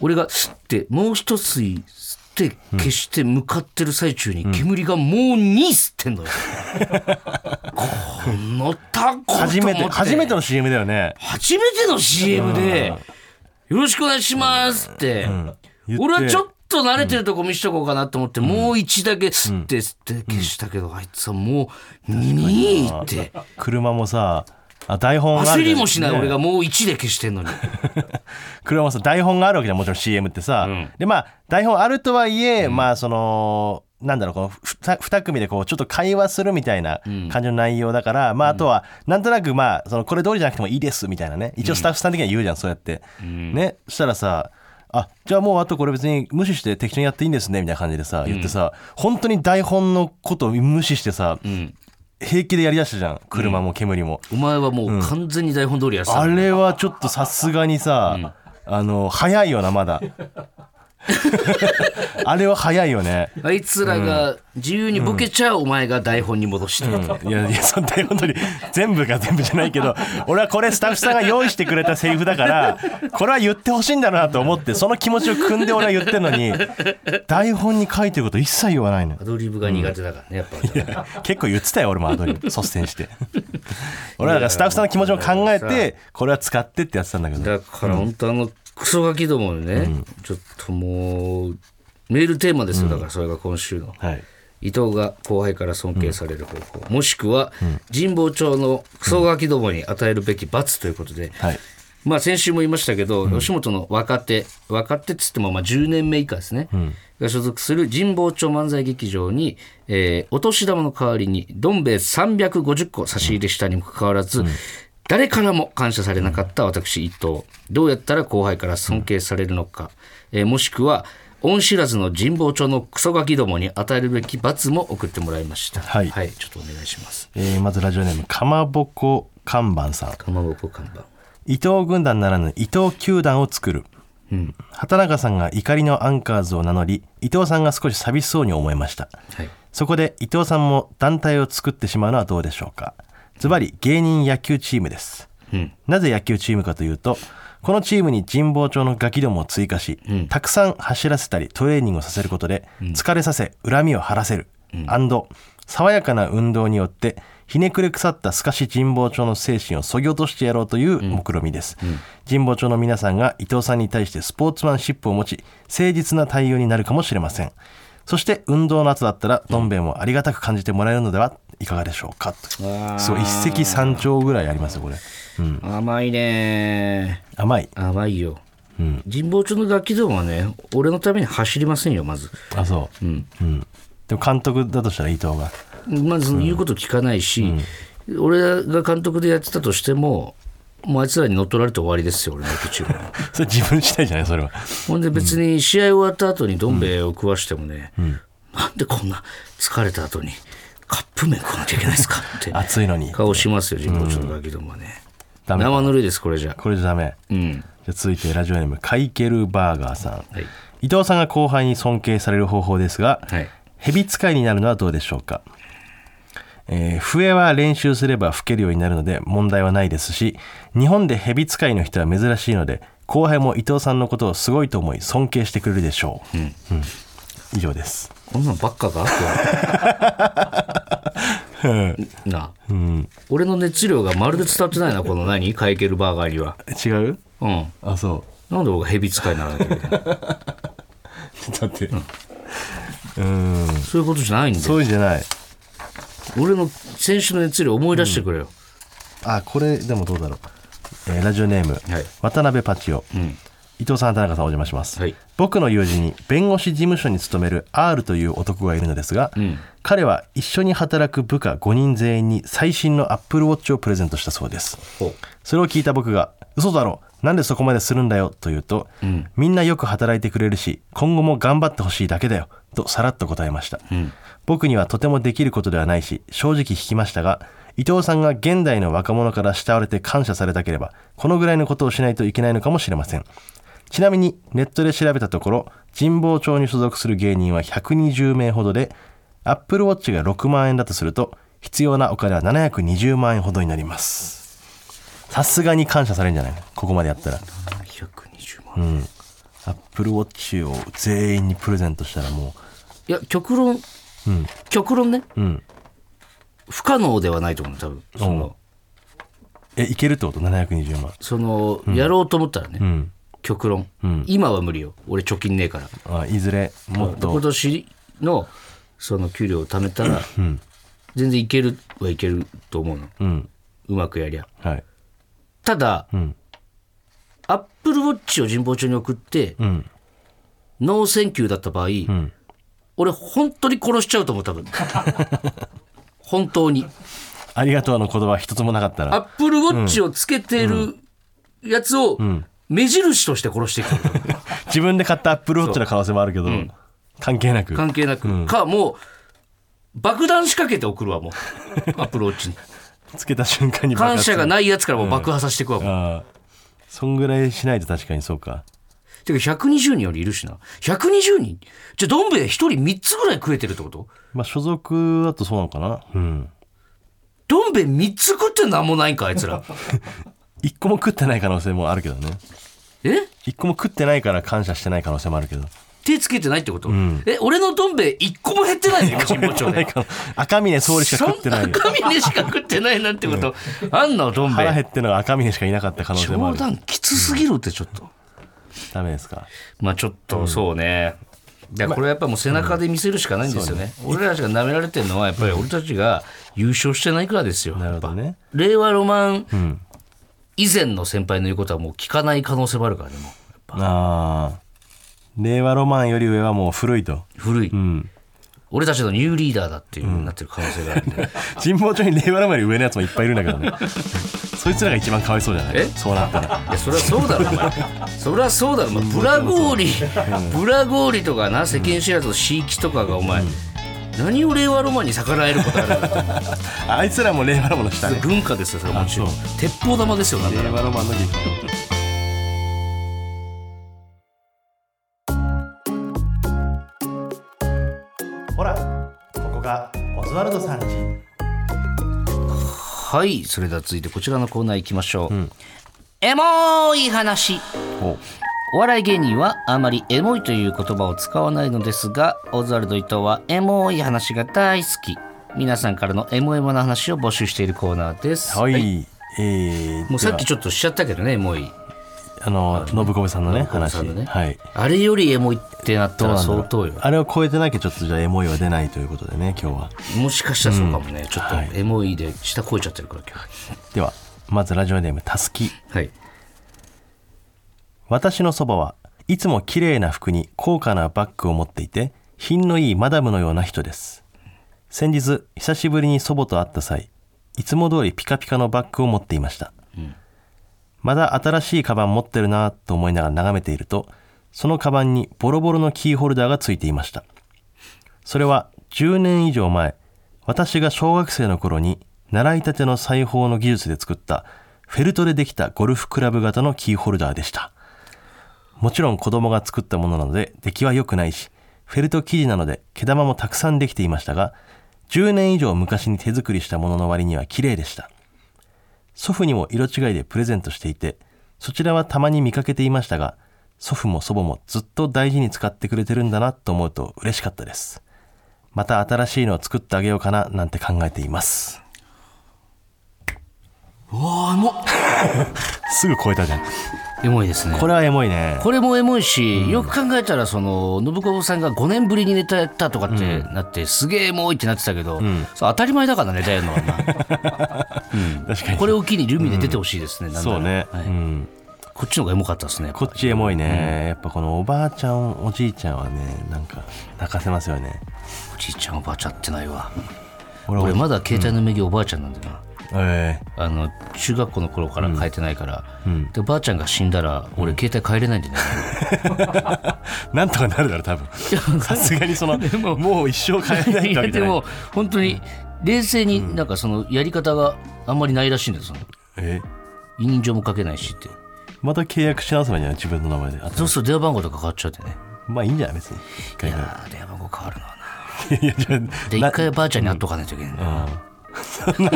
俺がスッてもう一吸い吸って消して向かってる最中に煙がもう2吸ってん のよ。このタコと思って初めて初めての CM だよね初めての CM で、よろしくお願いしますって、言って俺はちょっと慣れてるとこ見せとこうかなと思って、もう一だけ吸って吸って消したけど、あいつはもう、にーって。車もさあ台本が あ焦るじゃりんもしないね俺がもう1で消してんのに。黒山さん台本があるわけじゃんもちろん CM ってさ、うんでまあ台本あるとはいえ、まあそのなんだろうこの 2, 組でこうちょっと会話するみたいな感じの内容だから、まああとはなんとなくまあそのこれ通りじゃなくてもいいですみたいなね一応スタッフさん的には言うじゃんそうやって、ねそしたらさあじゃあもうあとこれ別に無視して適当にやっていいんですねみたいな感じでさ言ってさ、本当に台本のことを無視してさ、平気でやりだしたじゃん車も煙も、お前はもう完全に台本通りやってたあのに、れはちょっとさすがにさ、あの早いよなまだ あれは早いよねあいつらが自由にボケちゃうお前が台本に戻してる、いやいやそんな本当に全部が全部じゃないけど俺はこれスタッフさんが用意してくれたセリフだからこれは言ってほしいんだなと思ってその気持ちを汲んで俺は言ってるのに台本に書いてること一切言わないのよアドリブが苦手だからねやっぱ結構言ってたよ俺もアドリブ率先して俺はだからスタッフさんの気持ちも考えてこれは使ってってやってたんだけどだから本当あのクソガキどもにね、ちょっともうメールテーマですよだからそれが今週の、はい伊藤が後輩から尊敬される方法、もしくは神保町のクソガキどもに与えるべき罰ということで、はいまあ、先週も言いましたけど、吉本の若手若手っつってもまあ10年目以下ですね、が所属する神保町漫才劇場に、えーお年玉の代わりにどん兵衛350個差し入れしたにもかかわらず、誰からも感謝されなかった私伊藤どうやったら後輩から尊敬されるのか、えーもしくは恩知らずの神保町のクソガキどもに与えるべき罰も送ってもらいましたはいちょっとお願いしますえーまずラジオネームかまぼこ看板さんかまぼこ看板伊藤軍団ならぬ伊藤球団を作る、畑中さんが怒りのアンカーズを名乗り伊藤さんが少し寂しそうに思いましたはいそこで伊藤さんも団体を作ってしまうのはどうでしょうかズバリ芸人野球チームです、うんなぜ野球チームかというとこのチームに神保町のガキどもを追加し、たくさん走らせたりトレーニングをさせることで疲れさせ恨みを晴らせる、and 爽やかな運動によってひねくれ腐った透かし神保町の精神をそぎ落としてやろうという目論見です、神保町の皆さんが伊藤さんに対してスポーツマンシップを持ち誠実な対応になるかもしれませんそして運動の後だったらどん兵衛もありがたく感じてもらえるのではいかがでしょうかとわーすごい一石三鳥ぐらいありますよこれ甘いねー甘い甘いよ、神保町の楽器どもはね俺のために走りませんよまずあそううん、でも監督だとしたら伊藤が まず言うこと聞かないし、俺が監督でやってたとしてももうあいつらに乗っ取られて終わりですよ俺の途中 それ自分次第じゃないそれはほんで別に試合終わった後にどん兵衛を食わしてもね、なんでこんな疲れた後にカップ麺食わなきゃいけないですかって熱いのに顔しますよ神保町の楽器どもはね、ダメ生ぬるいですこれじゃこれじゃダメうんじゃあ続いてラジオネームカイケルバーガーさん、はい伊藤さんが後輩に尊敬される方法ですが、はい蛇使いになるのはどうでしょうか、えー笛は練習すれば吹けるようになるので問題はないですし日本で蛇使いの人は珍しいので後輩も伊藤さんのことをすごいと思い尊敬してくれるでしょう、うん以上ですこんなんばっかがあ ってなあ、俺の熱量がまるで伝わってないなこの何カイケルバーガーには違ううんあそなんで僕が蛇使いにならなきゃいけないう だってうんそういうことじゃないんでそういうんじゃない俺の先週の熱量思い出してくれよ、あこれでもどうだろう、えーラジオネーム、はい渡辺パチオ、伊藤さん田中さんお邪魔します、はい僕の友人に弁護士事務所に勤める R という男がいるのですが、彼は一緒に働く部下5人全員に最新の AppleWatch をプレゼントしたそうですほうそれを聞いた僕が「嘘だろなんでそこまでするんだよ」と言うと、みんなよく働いてくれるし今後も頑張ってほしいだけだよ」とさらっと答えました、僕にはとてもできることではないし正直引きましたが伊藤さんが現代の若者から慕われて感謝されたければこのぐらいのことをしないといけないのかもしれませんちなみにネットで調べたところ神保町に所属する芸人は120名ほどでアップルウォッチが6万円だとすると必要なお金は720万円ほどになりますさすがに感謝されるんじゃないのここまでやったら120万、いアップルウォッチを全員にプレゼントしたらもや極論、極論ねううん不可能ではないと思う多分その、うんえいけるってこと720万そのやろうと思ったらね、ん極論、今は無理よ俺貯金ねえからあいずれもっ今と年のその給料を貯めたら、全然いけるはいけると思うの、うんうまくやりゃはい。ただうん。アップルウォッチを神保町に送って、うん。ノーセンキューだった場合、ん俺本当に殺しちゃうと思う 多分本当にありがとうの言葉一つもなかったアら。ップルウォッチをつけてるやつを目印として殺していくる、自分で買ったアップルウォッチの可能性もあるけど、関係なく。関係なく、かもう爆弾仕掛けて送るわもうアップルウォッチにつけた瞬間に爆感発す謝るがないやつからもう爆破させていくわもう、ああ。そんぐらいしないと確かにそうか。てか120人よりいるしな120人じゃあどん兵衛1人3つぐらい食えてるってことまあ所属だとそうなのかな。うん。どん兵衛3つ食ってなんもないんかあいつ ら一個も食ってない可能性もあるけどね。え一個も食ってないから感謝してない可能性もあるけど。手つけてないってこと、え俺のどん兵衛1個も減ってないの神保町なでいかも赤峰総理しか食ってないよそ。んな赤峰しか食ってないなんてこと、あんのどん兵腹減衛ってるのが赤峰しかいなかった可能性もあ冗る。談きつすぎるってちょっと、ダメですか。まあちょっとそうね、だからこれはやっぱもう背中で見せるしかないんですよね,、俺らたちが舐められてるのはやっぱり俺たちが優勝してないからですよ、なるほどね。令和ロマン以前の先輩の言うことはもう聞かない可能性もあるからねもうああ。令和ロマンより上はもう古いと。古い、うん。俺たちのニューリーダーだっていう風になってる可能性があるんで、神保町に令和ロマンより上のやつもいっぱいいるんだけ どね。そいつらが一番かわいそうじゃないえそうなったら。いやそりゃそうだろお前そりゃそうだろお前ブラゴーリブラゴーリとかな世間知らずのシーキとかがお前、何を令和ロマンに逆らえることあるんだとあいつらも令和ロマンの下ね。軍歌ですよそれはもちろんあそ鉄砲玉ですよなんな令ら和ロマンの劇ほら、ここがオズワルドさんち。はいそれでは続いてこちらのコーナー行きましょう、エモい話おお笑い芸人はあまりエモいという言葉を使わないのですがオズワルド伊藤はエモい話が大好き皆さんからのエモエモな話を募集しているコーナーです、はい、えー、もうさっできはちょっとしちゃったけどねエモいあの信子さんのね信子話さんのねはいあれよりエモいってなったら相当よあれを超えてなきゃちょっとじゃあエモいは出ないということでね今日はもしかしたらそうかもね、ちょっはいとエモいで下超えちゃってるから今日ではまずラジオネームたすきはい私のそばはいつも綺麗な服に高価なバッグを持っていて品のいいマダムのような人です先日久しぶりに祖母と会った際いつも通りピカピカのバッグを持っていました、まだ新しいカバン持ってるなと思いながら眺めているとそのカバンにボロボロのキーホルダーがついていましたそれは10年以上前私が小学生の頃に習いたての裁縫の技術で作ったフェルトでできたゴルフクラブ型のキーホルダーでしたもちろん子供が作ったものなので出来は良くないしフェルト生地なので毛玉もたくさんできていましたが10年以上昔に手作りしたものの割には綺麗でした祖父にも色違いでプレゼントしていてそちらはたまに見かけていましたが祖父も祖母もずっと大事に使ってくれてるんだなと思うと嬉しかったですまた新しいのを作ってあげようかななんて考えていますあも すぐ超えたじゃんエモいですねこれはエモいねこれもエモいし、よく考えたらその信子さんが5年ぶりにネタやったとかってなって、すげえエモいってなってたけど、そう当たり前だからネタやるのはな確か にこれを機にルミで出てほしいですね、なんだろそうね、はいうんこっちの方がエモかったですねやぱこっちエモいね、やっぱこのおばあちゃんおじいちゃんはねなんか泣かせますよねおじいちゃんおばあちゃんってないわ俺俺俺、まだ携帯の名義おばあちゃんなんだよな、えあの中学校の頃から変えてないから、でばあちゃんが死んだら俺携帯変えれないんでね、ーなんとかなるだろう多 分さすがにそのもう一生 変えないいってわやけでじゃないも本当に冷静になんかそのやり方があんまりないらしいんですよえ委任状も書けないしってまた契約し直せばいいんじゃない自分の名前であとそうすると電話番号とか変わっちゃってねまあいいんじゃない別に一い回ぐらやー電話番号変わるのはないいやじゃでな一回ばあちゃんに会っとかないといけない、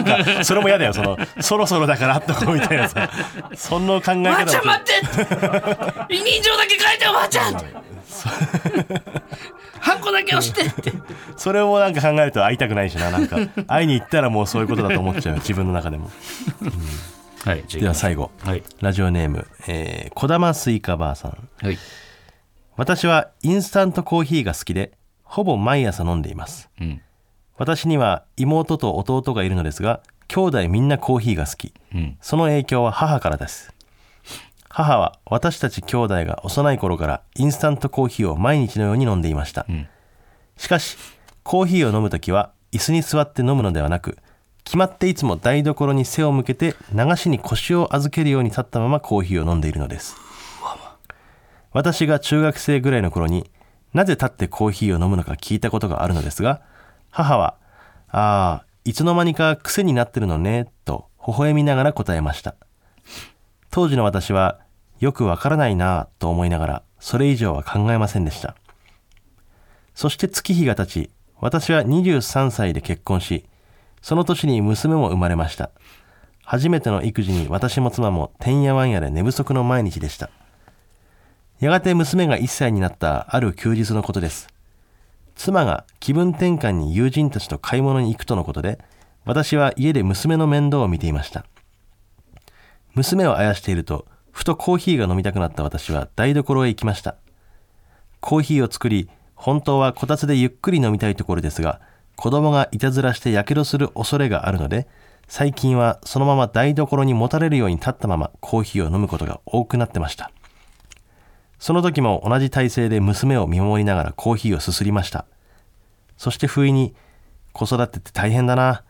なんかそれも嫌だよそのそろそろだからあっとこうみたいなさその考えばあ方ちゃんだ待って委任状だけ書いておばあちゃん ハンコだけ押してってとそれをなんか考えると会いたくないしななんか会いに行ったらもうそういうことだと思っちゃうよ自分の中でもはいじでゃあは最後はいラジオネーム、えー、小玉スイカばあさんはい私はインスタントコーヒーが好きでほぼ毎朝飲んでいますうん私には妹と弟がいるのですが兄弟みんなコーヒーが好き、うんその影響は母からです母は私たち兄弟が幼い頃からインスタントコーヒーを毎日のように飲んでいました、しかしコーヒーを飲む時は椅子に座って飲むのではなく決まっていつも台所に背を向けて流しに腰を預けるように立ったままコーヒーを飲んでいるのです私が中学生ぐらいの頃になぜ立ってコーヒーを飲むのか聞いたことがあるのですが母は「ああいつの間にか癖になってるのね」と微笑みながら答えました当時の私はよくわからないなぁと思いながらそれ以上は考えませんでしたそして月日が経ち私は23歳で結婚しその年に娘も生まれました初めての育児に私も妻もてんやわんやで寝不足の毎日でしたやがて娘が1歳になったある休日のことです妻が気分転換に友人たちと買い物に行くとのことで私は家で娘の面倒を見ていました娘をあやしているとふとコーヒーが飲みたくなった私は台所へ行きましたコーヒーを作り本当はこたつでゆっくり飲みたいところですが子供がいたずらしてやけどする恐れがあるので最近はそのまま台所にもたれるように立ったままコーヒーを飲むことが多くなってましたその時も同じ体勢で娘を見守りながらコーヒーをすすりましたそして不意に子育てって大変だな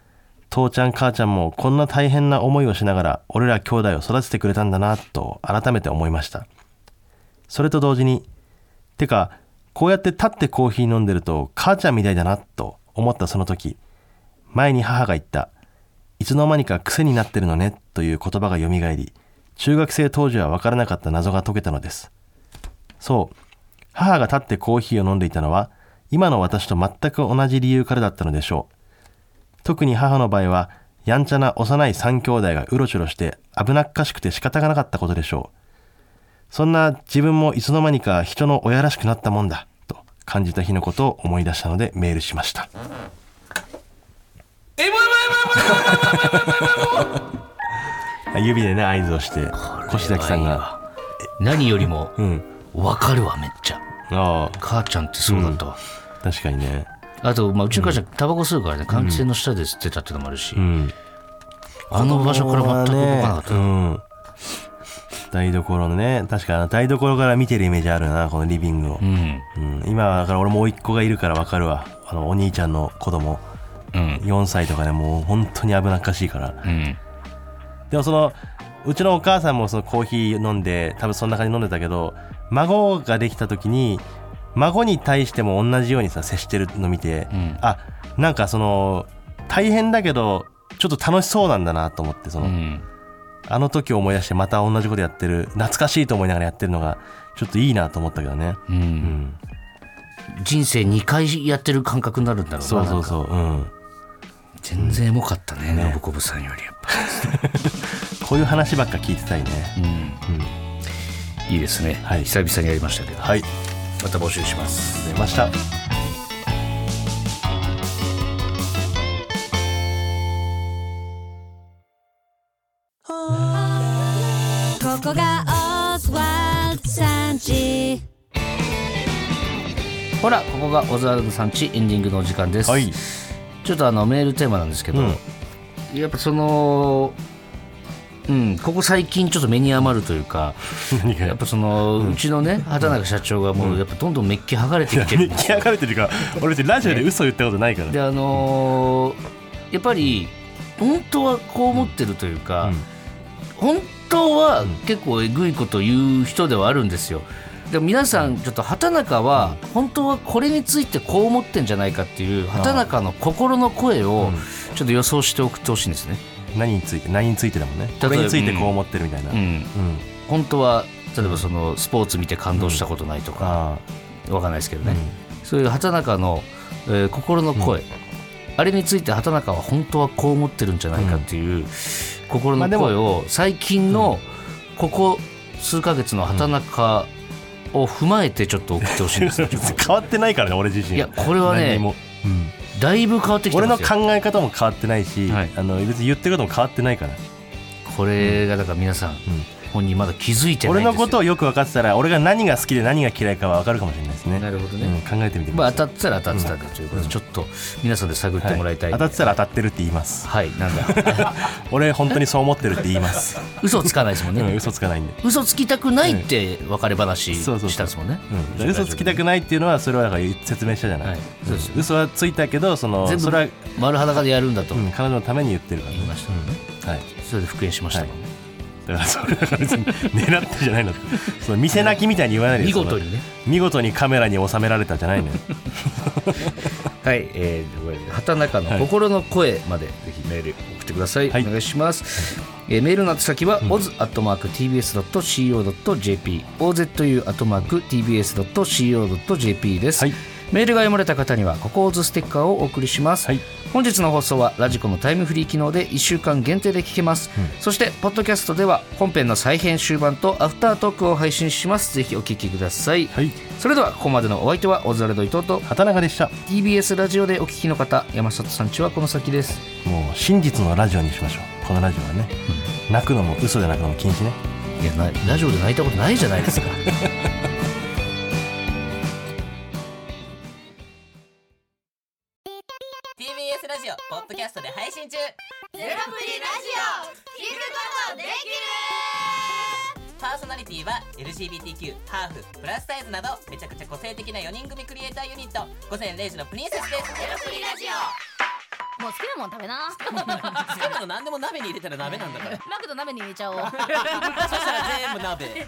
父ちゃん母ちゃんもこんな大変な思いをしながら俺ら兄弟を育ててくれたんだなと改めて思いましたそれと同時にてかこうやって立ってコーヒー飲んでると母ちゃんみたいだなと思ったその時前に母が言った「いつの間にか癖になってるのね」という言葉がよみがえり中学生当時は分からなかった謎が解けたのですそう母が立ってコーヒーを飲んでいたのは今の私と全く同じ理由からだったのでしょう特に母の場合はやんちゃな幼い3兄弟がうろちょろして危なっかしくて仕方がなかったことでしょうそんな自分もいつの間にか人の親らしくなったもんだと感じた日のことを思い出したのでメールしました指でね合図をして越崎さんが何よりもうん分かるわめっちゃあ母ちゃんってそうだったわ、あ確かにねあと、まあ、うちの母ちゃんタバコ吸うからね換気扇の下で吸ってたってのもあるし、うんあの場所から全く動かなかった、うん、台所のね確か台所から見てるイメージあるなこのリビングを、ううんん今はだから俺も甥っ子がいるから分かるわあのお兄ちゃんの子供うん4歳とかねもう本当に危なっかしいからうんでもそのうちのお母さんもそのコーヒー飲んで多分そんな感じで飲んでたけど孫ができた時に孫に対しても同じようにさ接してるの見て、うんあなんかその大変だけどちょっと楽しそうなんだなと思ってその、うんあの時を思い出してまた同じことやってる懐かしいと思いながらやってるのがちょっといいなと思ったけどね、ううんん、人生2回やってる感覚になるんだろうなそうそううそう、うん、全然エモかったねノブコブさんよりやっぱ、こういう話ばっか聞いてたいね、うん、うん、いいですね、はい久々にやりましたけど、はいまた募集します出ましたここがオズワルドさんちほらここがオズワルドさんちエンディングのお時間です、はいちょっとあのメールテーマなんですけど、やっぱそのうんここ最近ちょっと目に余るという かやっぱその、うちのね畑中社長がもうやっぱどんどんメッキ剥がれて きてる、出来上がれてるか俺別にラジオで嘘言ったことないから、であのーやっぱり本当はこう思ってるというか、うん本当は結構えぐいこと言う人ではあるんですよでも皆さんちょっと畑中は本当はこれについてこう思ってんじゃないかっていう畑中の心の声をちょっと予想して送ってほしいんですね、何について何についてだもんねばこれについてこう思ってるみたいな、ううんん、本当は例えばそのスポーツ見て感動したことないとか、あわかんないですけどね、 そういう畑中の、えー心の声、あれについて畑中は本当はこう思ってるんじゃないかっていう、心の声を最近のここ数ヶ月の畑中を踏まえてちょっと送ってほしいん ですよ、あ変わってないからね俺自身いやこれはね何にもうんだいぶ変わってきて俺まのすよ考え方も変わってないし、はいあの別に言ってることも変わってないから、これがだから皆さん、本人まだ気づいてないん俺ですよのことをよく分かってたら俺が何が好きで何が嫌いかは分かるかもしれないですねなるほどねうん考えてみてくまあださ当い、たったら当たってたかということで、ちょっと皆さんで探ってもらいたい、は当たってたら当たってるって言 いますはいなん だ俺本当にそう思ってるって言 います、嘘つかないですもんね、うん、嘘つかないんで、嘘つきたくないって別れ話んしそうそうそうたんですもんねうん、だから嘘つきたくないっていうのはそれはだから説明したじゃない、はいそうですよ嘘はついたけどその全そ部れは、丸裸でやるんだとうん、彼女のために言ってるから、言いましたもんね、はい、 それで復縁しましたもんね、だからそれだから別に狙ってんじゃないのその見せ泣きみたいに言わないで 見よ事にねその見事にカメラに収められたじゃないのよはい、えー、ごめんなさい畑中の心の声までぜひメール送ってください、はいお願いします、えーメールの宛先は、oz.tbs.co.jp ozu.tbs.co.jp です、はいメールが読まれた方にはここオズステッカーをお送りします、はい本日の放送はラジコのタイムフリー機能で1週間限定で聞けます、そしてポッドキャストでは本編の再編集版とアフタートークを配信しますぜひお聞きください、はいそれではここまでのお相手はオズワルド伊藤と畑中でした TBS ラジオでお聞きの方山里さんちはこの先ですもう真実のラジオにしましょうこのラジオはね、泣くのも嘘で泣くのも禁止ねいやなラジオで泣いたことないじゃないですかラジオポッドキャストで配信中ゼロプリラジオ聞くことできパーソナリティは LGBTQ ハーフプラスサイズなどめちゃくちゃ個性的な4人組クリエイターユニット午前0時のプリンセスですゼロプリラジるもう好きなもん食べな オ好きなの何でも鍋に入れたら鍋なんだからマクド鍋に入れ ちゃおうそしたら全部鍋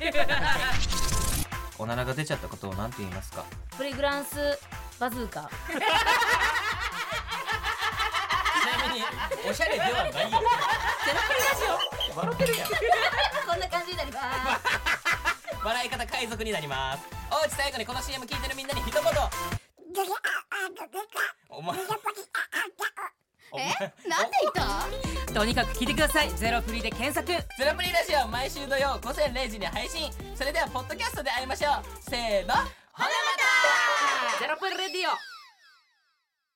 おならが出ちゃったことを何て言いますかプリグランスバズー カちなみにおしゃれではないよゼロプリラジオ笑ってるやんこんな感じになります笑い方海賊になりますおうち最後にこの CM 聞いてるみんなに一言お前お前なんで言ったとにかく聞いてくださいゼロフリで検索ゼロプリラジオ毎週土曜午前0時に配信それではポッドキャストで会いましょうせーのほなまたゼロプリレディオ